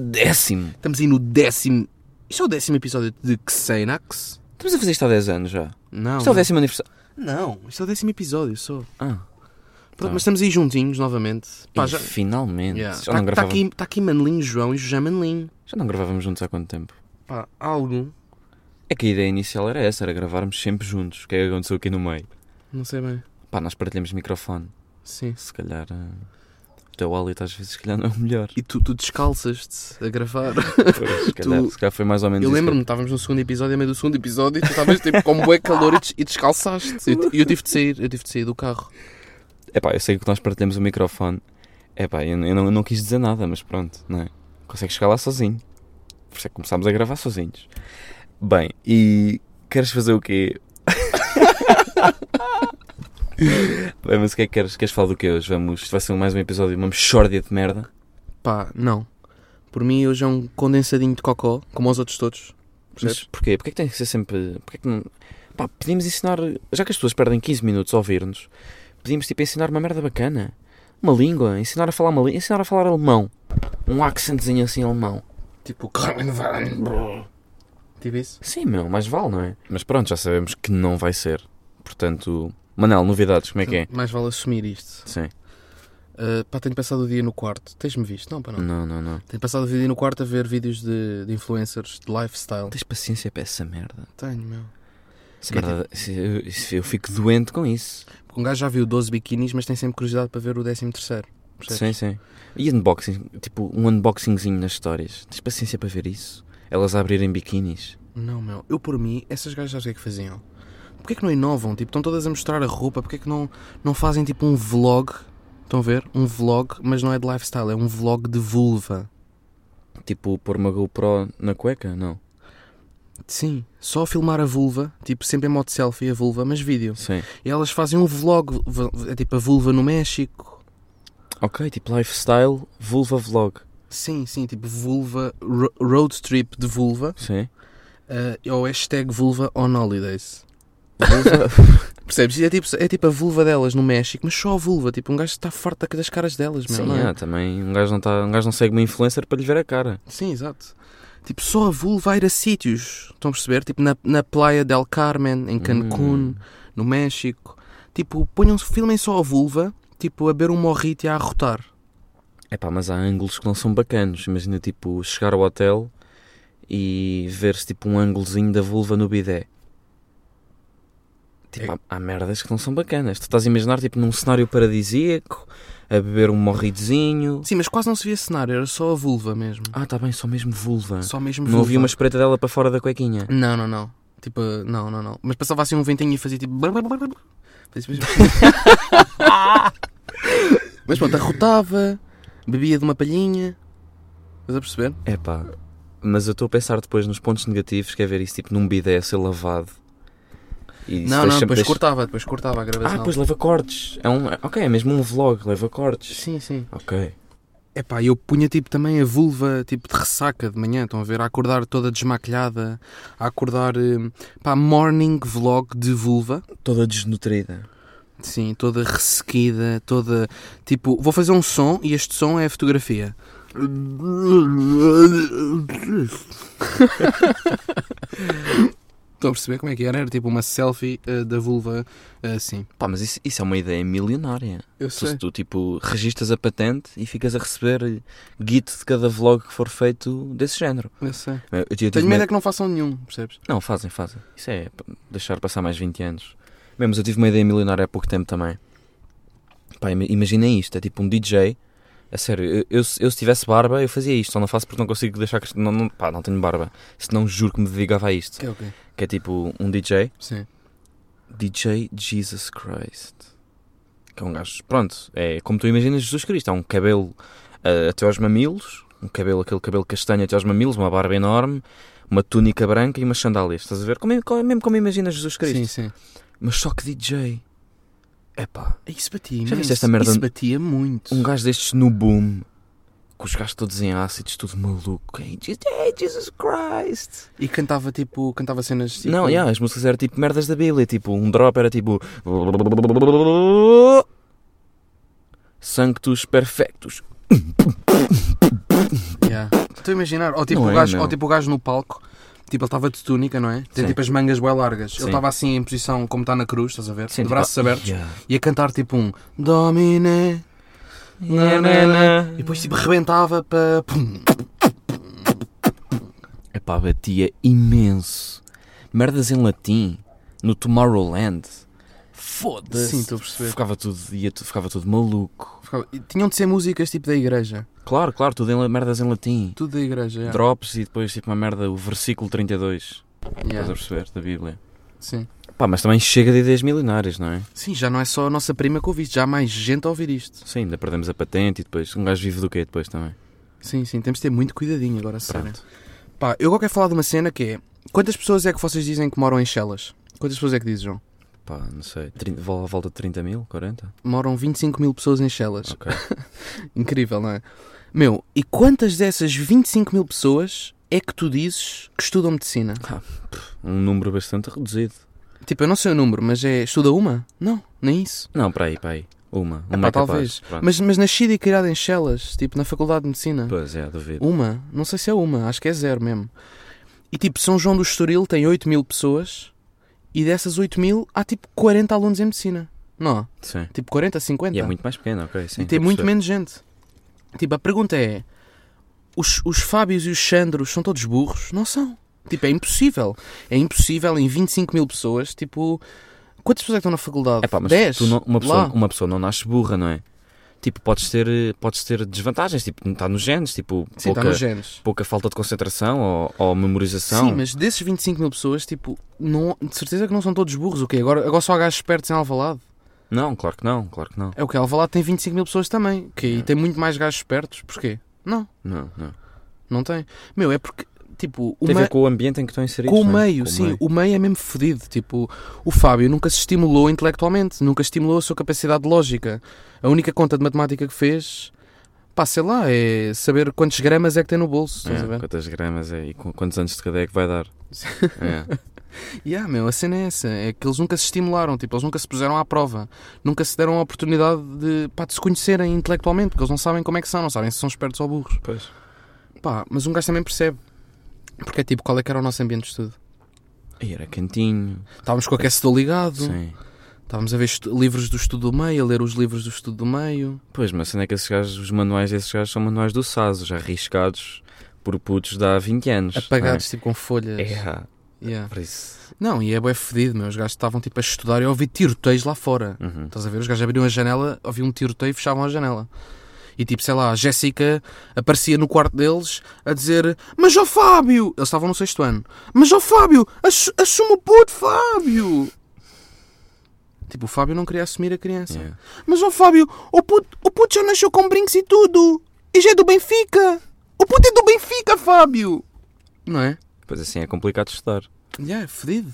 décimo. Estamos aí no décimo. Isto é o décimo episódio de Xenax? Estamos a fazer isto há 10 anos já. Não. Isto é o décimo aniversário. Não, isto é o décimo episódio só. Ah, Pronto, Tá. mas estamos aí juntinhos novamente. Pá, e já. finalmente. Yeah. Já, Tá- não tá gravávamos, aqui, tá aqui Manelinho João e José Manelinho. já não gravávamos juntos há quanto tempo? Pá, algo. É que a ideia inicial era essa, era gravarmos sempre juntos. O que é que aconteceu aqui no meio? Não sei bem. Pá, nós partilhamos microfone. Sim. Se calhar. ah, O teu hálito às vezes, se calhar, não é o melhor. E tu, tu descalças-te a gravar. Pois, se, calhar, se calhar foi mais ou menos Eu isso é- que lembro-me, estávamos no segundo episódio, a meio do segundo episódio, e tu estavas tipo com bué calor e des- e descalçaste. E eu, eu tive de sair, eu tive de sair do carro. Epá, eu sei que nós partilhamos o microfone. Epá, eu, eu, não, eu não quis dizer nada, mas pronto, não é? Consegues chegar lá sozinho. Por isso é que começámos a gravar sozinhos. Bem, e queres fazer o quê? Bem, mas o que é que queres? Queres falar do quê hoje? Vamos, isto vai ser mais um episódio, uma mexórdia de merda. Pá, não. Por mim hoje é um condensadinho de cocó, como os outros todos. Mas Percebes? porquê? Porquê é que tem que ser sempre... Porquê é que não... Pá, podíamos ensinar... Já que as pessoas perdem 15 minutos a ouvir-nos, podíamos, tipo, ensinar uma merda bacana. Uma língua. Ensinar a falar uma língua. Ensinar a falar alemão. Um accentzinho assim alemão. Tipo, Carmen Van. Tive Tipo isso? Sim, meu, mais vale, não é? Mas pronto, já sabemos que não vai ser. Portanto, Manel, novidades, como é que é? Então, Mais vale assumir isto. Sim. Uh, pá, tenho passado o dia no quarto. Tens-me visto? Não, pá, não. Não, não, não. Tenho passado o dia no quarto a ver vídeos de, de influencers de lifestyle. Tens paciência para essa merda. Tenho, meu. Essa Que é merda isso- eu, isso- eu fico doente com isso. Porque um gajo já viu 12 biquinis, mas tem sempre curiosidade para ver o 13 terceiro. Percebes? Sim, sim. E unboxing, tipo um unboxingzinho nas histórias. Tens paciência para ver isso? Elas a abrirem biquinis. Não, meu. Eu, por mim, essas gajas, sabes o que é que faziam? Porquê é que não inovam? Tipo, estão todas a mostrar a roupa. Porquê é que não, não fazem, tipo, um vlog? Estão a ver? Um vlog, mas não é de lifestyle. É um vlog de vulva. Tipo, pôr uma GoPro na cueca? Não. Sim. Só filmar a vulva. Tipo, sempre em modo selfie a vulva, mas vídeo. Sim. E elas fazem um vlog. v- É tipo a vulva no México. Ok, tipo lifestyle, vulva vlog. Sim, sim. Tipo, vulva... ro- road trip de vulva. Sim. eh, ou hashtag vulva on holidays. Vulva- Percebes? E É tipo, é tipo a vulva delas no México, mas só a vulva. Tipo, um gajo está farto da- das caras delas, meu, Sim, não é? ah, também um gajo, não tá, um gajo não segue uma influencer para lhe ver a cara. Sim, exato. Tipo, só a vulva a ir a sítios. Estão a perceber? Tipo, na, na Playa del Carmen, em Cancún, Hum. no México. Tipo, ponham, filmem só a vulva, tipo, a beber um morrito e a arrotar. É pá, mas há ângulos que não são bacanos. Imagina, tipo, chegar ao hotel e ver-se, tipo, um ângulozinho da vulva no bidé. É Tipo, há, há merdas que não são bacanas. Tu estás a imaginar, tipo, num cenário paradisíaco, a beber um morridozinho. Sim, mas quase não se via cenário, era só a vulva mesmo. Ah, tá bem, só mesmo vulva. Só mesmo vulva. Não havia uma espreita dela para fora da cuequinha. Não, não, não. Tipo, não, não, não. Mas passava assim um ventinho e fazia tipo. Fazia mesmo- Mas pronto, arrotava, bebia de uma palhinha. Estás a perceber? É pá, mas eu estou a pensar depois nos pontos negativos, que é ver isso, tipo, num bidé a ser lavado. E isso não, não, deixa- depois deixa- cortava, depois cortava a Ah, gravação. pois leva cortes. É um... Ok, é mesmo um vlog, leva cortes. Sim, sim. Ok. Epá, eu punha tipo também a vulva tipo de ressaca de manhã, estão a ver? A acordar toda desmaquilhada, a acordar. hum, Pá, morning vlog de vulva. Toda desnutrida. Sim, toda ressequida, toda. Tipo, vou fazer um som e este som é a fotografia. Estão a perceber como é que era? Era tipo uma selfie eh, da vulva eh, assim. Pá, mas isso, isso é uma ideia milionária. Eu Tu, tu, tipo, registas a patente e ficas a receber git de cada vlog que for feito desse género. eu sei. Eu, eu tive Tenho uma- medo é que não façam nenhum, percebes? Não, fazem, fazem. Isso é p- deixar passar mais 20 anos. Mesmo, eu tive uma ideia milionária há pouco tempo também. Pá, ima- imaginem isto, é tipo um DJ. A sério, eu, eu, se- eu se tivesse barba, eu fazia isto. Só não faço porque não consigo deixar... cres- Não, não, pá, não tenho barba. Senão juro que me dedicava a isto. Que é o quê? Que é tipo um DJ... Sim. DJ Jesus Christ. Que é um gajo. Pronto, é como tu imaginas Jesus Cristo. É um cabelo ah, até aos mamilos, um cabelo, aquele cabelo castanho até aos mamilos, uma barba enorme, uma túnica branca e umas sandálias. Estás a ver? Como, como- mesmo como imaginas Jesus Cristo. Sim, sim. Mas só que DJ. Epá, Isso batia Já imenso. viste esta merda? Isso batia muito. um gajo destes no boom, com os gajos todos em ácidos, tudo maluco. Hey, Jesus Christ. E cantava tipo, cantava cenas tipo. Não, yeah, as músicas eram tipo merdas da Bíblia, tipo, um drop era tipo. Sanctus Perfectus. yeah. Estou a imaginar. Ou tipo, Não o é, gajo, meu. ou tipo o gajo no palco, tipo, ele estava de túnica, não é? Tem Sim. tipo as mangas bem largas. Ele Sim. estava assim em posição como está na cruz, estás a ver? de Sim, tipo, braços abertos. yeah. E a cantar tipo um Domine. Na, na, na. E depois tipo rebentava para. pum. Epá, batia imenso. Merdas em latim, no Tomorrowland. Foda-se. Sim, estou a perceber. Ficava tudo, ia, tu- ficava tudo maluco. Ficava- e Tinham de ser músicas tipo da igreja. Claro, claro, tudo em la- merdas em latim. Tudo da igreja. yeah. Drops e depois tipo uma merda, o versículo 32. Estás a Yeah. perceber, da Bíblia. Sim. Pá, mas também chega de ideias milenárias, não é? Sim, já não é só a nossa prima que ouviste, já há mais gente a ouvir isto. Sim, ainda perdemos a patente e depois um gajo vive do quê depois também? Sim, sim, temos de ter muito cuidadinho agora, a sério. Pronto. Pá, eu agora quero falar de uma cena que é. Quantas pessoas é que vocês dizem que moram em Chelas? Quantas pessoas é que dizes, João? Pá, não sei, 30, vol- à volta de 30 mil, 40? Moram 25 mil pessoas em Chelas. Ok. Incrível, não é? Meu, e quantas dessas 25 mil pessoas é que tu dizes que estudam medicina? um número bastante reduzido. Tipo, eu não sei o número, mas é. Estuda uma? Não, nem isso. Não, para aí, para aí. Uma. Uma Epá, é capaz. talvez. Pronto. Mas, mas nascida e criada em Chelas, tipo, na Faculdade de Medicina. Pois é, duvido. Uma? Não sei se é uma, acho que é zero mesmo. E tipo, São João do Estoril tem 8 mil pessoas e dessas 8 mil há tipo 40 alunos em medicina. Não, Sim. tipo 40, 50. E é muito mais pequeno, ok. Sim, e tem estou a muito perceber. menos gente. Tipo, a pergunta é: os, os Fábios e os Sandros são todos burros? Não são. Tipo, é impossível. É impossível em 25 mil pessoas, tipo. Quantas pessoas é que estão na faculdade? Epá, mas 10? tu não- uma, pessoa, Lá. uma pessoa não nasce burra, não é? Tipo, podes ter, eh, podes ter desvantagens, tipo, está nos genes, tipo, Sim, está pouca, nos genes. pouca falta de concentração ou, ou memorização. Sim, mas desses 25 mil pessoas, tipo, não, de certeza que não são todos burros. O quê? Agora, agora só há gajos espertos em Alvalade? Não, claro que não, claro que não. É o que Alvalade tem 25 mil pessoas também. ok? É. E tem muito mais gajos espertos. Porquê? Não, Não, não. não tem. Meu, é porque, tipo, o Tem a me- ver com o ambiente em que estão inseridos. com o não é? meio, Com o sim. O meio é mesmo fodido. Tipo, o Fábio nunca se estimulou intelectualmente, nunca estimulou a sua capacidade lógica. A única conta de matemática que fez, pá, sei lá, é saber quantos gramas é que tem no bolso. Estás a É, ver? quantas gramas é e qu- quantos anos de cadeia é que vai dar. É. Yeah, meu, a cena é essa. É que eles nunca se estimularam, tipo, eles nunca se puseram à prova. Nunca se deram a oportunidade de, pá, de se conhecerem intelectualmente, porque eles não sabem como é que são, não sabem se são espertos ou burros. Pois. Pá, mas um gajo também percebe. Porque é tipo, qual é que era o nosso ambiente de estudo? E era cantinho. Estávamos com o aquecedor ligado, Sim. estávamos a ver estu- livros do estudo do meio, a ler os livros do estudo do meio. Pois, mas sendo é que esses gajos, os manuais desses gajos são manuais do Saso, já arriscados por putos de há 20 anos. Apagados, tipo, com folhas. não É, é Yeah. por isso. Não, e é bué fedido, meu. Os gajos estavam, tipo, a estudar e a ouvir tiroteios lá fora. Uhum. Estás a ver? Os gajos abriam a janela, ouviam um tiroteio e fechavam a janela. E tipo, sei lá, a Jéssica aparecia no quarto deles a dizer Mas ó Fábio! Eles estavam no sexto ano. Mas ó Fábio! Assu assume o puto, Fábio! Tipo, o Fábio não queria assumir a criança. Yeah. Mas ó Fábio, o puto, o puto já nasceu com brincos e tudo! E já é do Benfica! O puto é do Benfica, Fábio! Não é? Pois assim é complicado estudar. Yeah, é fedido.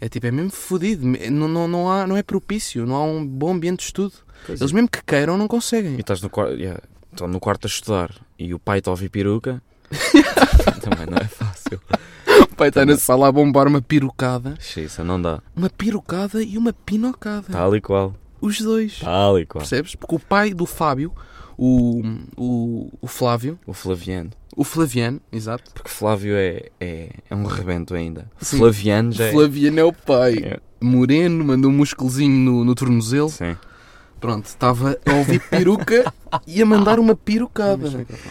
É tipo, é mesmo fedido. Não, não, não, há, não é propício, não há um bom ambiente de estudo. Pois Eles mesmo que queiram não conseguem. E estás no quarto, yeah, estão no quarto a estudar e o pai te ouve peruca. Também não é fácil. O pai está na sala a bombar uma pirucada. Xiça, não dá. Tá, Uma pirucada e uma pinocada. Tal e qual. Os dois. Tal e qual. Percebes? Porque o pai do Fábio, o, o, o Flávio, O Flaviano. o Flaviano, exato. Porque Flávio é, é, é um rebento ainda. Sim. Flaviano já é. Flaviano é o pai. É. Moreno, mandou um musculozinho no, no tornozelo. Sim. Pronto, estava a ouvir peruca e a mandar uma pirucada.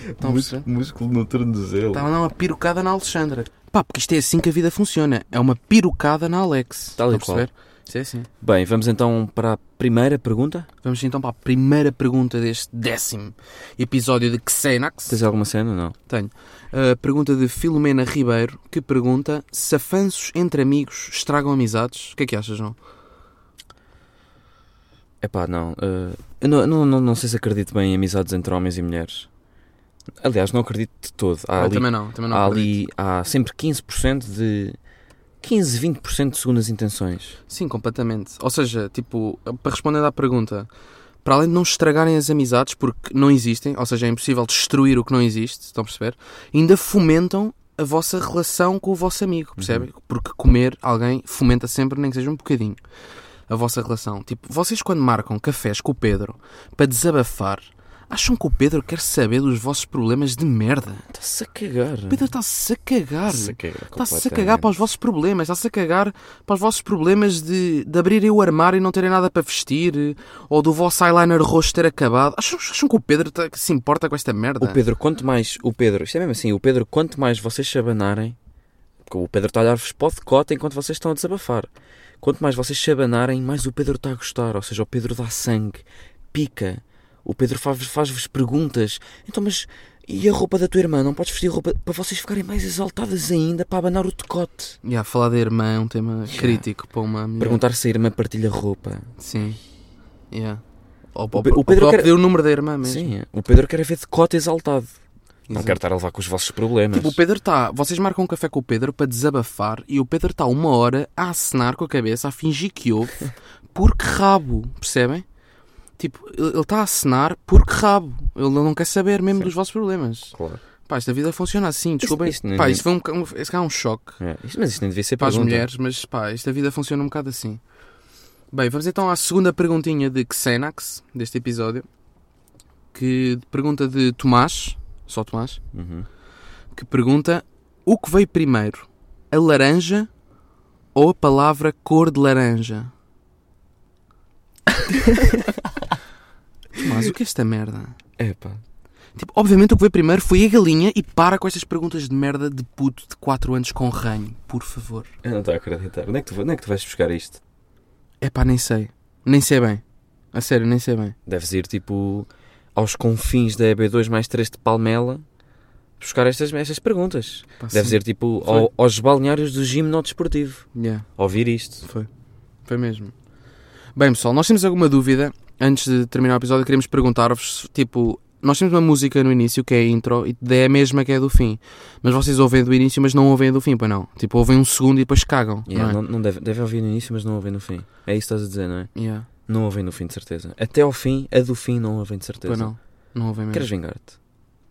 Estão a perceber? Tá. músculo no tornozelo. Estava a dar uma pirucada na Alexandra. Pá, porque isto é assim que a vida funciona. É uma pirucada na Alex. Tal e Estão a perceber? Isto é assim. Bem, vamos então para a primeira pergunta. Vamos então para a primeira pergunta deste décimo episódio de Xenax. Tens alguma cena? Não. Tenho. A pergunta de Filomena Ribeiro, que pergunta se afanços entre amigos estragam amizades. O que é que achas, João? Epá, não. eh, eu não, não, não, não sei se acredito bem em amizades entre homens e mulheres. Aliás, não acredito de todo. Há Eu ali, também não, também não. há, acredito. ali há sempre 15% de. 15, 20% de segundas intenções. Sim, completamente. Ou seja, tipo, para responder à pergunta, para além de não estragarem as amizades, porque não existem, ou seja, é impossível destruir o que não existe, estão a perceber? Ainda fomentam a vossa relação com o vosso amigo, percebem? Porque comer alguém fomenta sempre, nem que seja um bocadinho, a vossa relação. Tipo, vocês quando marcam cafés com o Pedro para desabafar, Acham que o Pedro quer saber dos vossos problemas de merda? Está-se a cagar. O Pedro está-se a cagar. Está-se a cagar. Está-se a cagar para os vossos problemas, está-se a cagar para os vossos problemas de, de abrirem o armário e não terem nada para vestir, ou do vosso eyeliner roxo ter acabado. Acham, acham que o Pedro tá- que se importa com esta merda? O Pedro, quanto mais. O Pedro, isto é mesmo assim, o Pedro, quanto mais vocês se abanarem. Porque o Pedro está a dar-vos pó de cota enquanto vocês estão a desabafar. Quanto mais vocês se abanarem, mais o Pedro está a gostar. Ou seja, o Pedro dá sangue, pica. O Pedro faz- faz-vos perguntas. Então, mas. E a roupa da tua irmã? Não podes vestir roupa. Para vocês ficarem mais exaltadas ainda para abanar o decote. Yeah, falar de irmã é um tema crítico para uma mulher. Perguntar se a irmã partilha roupa. Sim. Yeah. Ou, Pe- o Pedro quer- deu o número da irmã mesmo. Sim, o Pedro quer é ver decote exaltado. Não Exato. quero estar a levar com os vossos problemas. Tipo, o Pedro está. Vocês marcam um café com o Pedro para desabafar e o Pedro está uma hora a acenar com a cabeça, a fingir que ouve, porque rabo, percebem? Tipo, ele ele está a acenar porque rabo. Ele não quer saber mesmo dos vossos problemas. Claro. Pá, esta vida funciona assim, desculpem. isto não- pá, isto foi um, boca- um, esse cá é um choque É, isto- Mas isto nem devia ser para as pergunta. mulheres, mas pá, esta vida funciona um bocado assim. Bem, vamos então à segunda perguntinha de Xenax, deste episódio, que pergunta de Tomás, só Tomás, Uhum. que pergunta o que veio primeiro, a laranja ou a palavra cor de laranja? Tomás, o que é esta merda? Epá. Tipo, obviamente o que veio primeiro foi a galinha e para com estas perguntas de merda de puto de 4 anos com ranho, por favor. Eu não estou a acreditar. Onde é, que tu, onde é que tu vais buscar isto? É pá, nem sei. Nem sei bem. A sério, nem sei bem. Deves ir tipo aos confins da EB2 mais 3 de Palmela buscar estas, estas perguntas. Pá, Deves sim. ir tipo Foi. ao- aos balneários do gimno desportivo. Yeah, Ouvir isto. foi. Foi mesmo. Bem, pessoal, nós temos alguma dúvida. Antes de terminar o episódio, queremos perguntar-vos: tipo, nós temos uma música no início que é a intro e é a mesma que é a do fim. Mas vocês ouvem do início, mas não ouvem a do fim, pois não? Tipo, ouvem um segundo e depois cagam. Yeah, não não, não deve, deve ouvir no início, mas não ouvem no fim. É isso que estás a dizer, não é? é? Yeah, Não ouvem no fim, de certeza. Até ao fim, a do fim não ouvem, de certeza. pois não. Não ouvem mesmo. é. Queres vingar-te?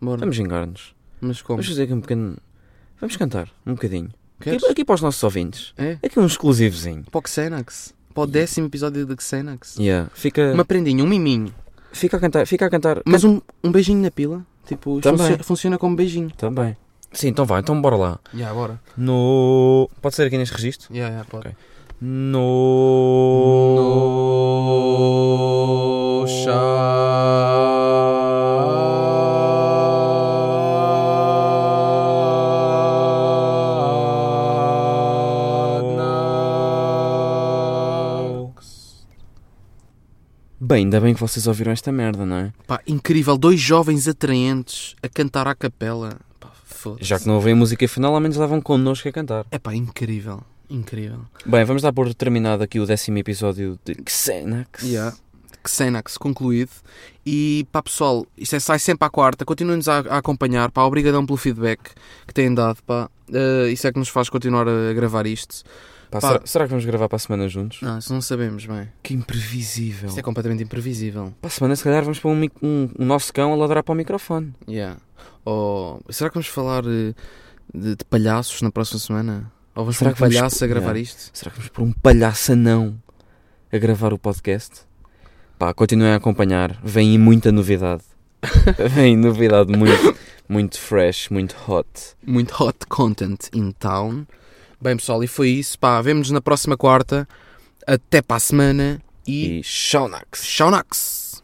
Bora. Vamos vingar-nos. Mas como? Vamos fazer aqui um pequeno. Vamos cantar um bocadinho. Queres? Aqui, aqui para os nossos ouvintes. É? Aqui um exclusivozinho. Para o Xenax. Para o décimo episódio de Xenax. Yeah. Fica, Uma prendinha, um miminho. fica a cantar. Fica a cantar. Mas um, um beijinho na pila. Tipo, isto Também. funci- funciona como beijinho. Também. Sim, então vai, então bora lá. Já, bora. No. Pode ser aqui neste registro? Já, já, pode. Ok. No. No Bem, ainda bem que vocês ouviram esta merda, não é? Pá, incrível. Dois jovens atraentes a cantar à capela. Pá, foda-se. Já que não ouvem a música final, ao menos levam connosco a cantar. É pá, incrível. Incrível. Bem, vamos dar por terminado aqui o décimo episódio de Xenax. Yeah. Xenax concluído. E pá, pessoal, isto é, sai sempre à quarta. Continuem-nos a, a acompanhar. Pá, obrigadão pelo feedback que têm dado. Pá. Eh, isso é que nos faz continuar a, gravar isto. Pá, Pá. Será, será que vamos gravar para a semana juntos? Não, isso não sabemos bem. Que imprevisível. Isto é completamente imprevisível. Para a semana, se calhar, vamos pôr um, mic- um, um nosso cão a ladrar para o microfone. Yeah. Ou, será que vamos falar eh, de, de palhaços na próxima semana? Ou vamos Será falar que vamos- palhaço a gravar Yeah. isto? Será que vamos pôr um palhaço não a gravar o podcast? Pá, continuem a acompanhar. Vem aí muita novidade. Vem novidade muito, muito fresh, muito hot. Muito hot content in town. Bem, pessoal, e foi isso. Pá, vemo-nos na próxima quarta. Até para a semana. E, E Shaunax. Shaunax!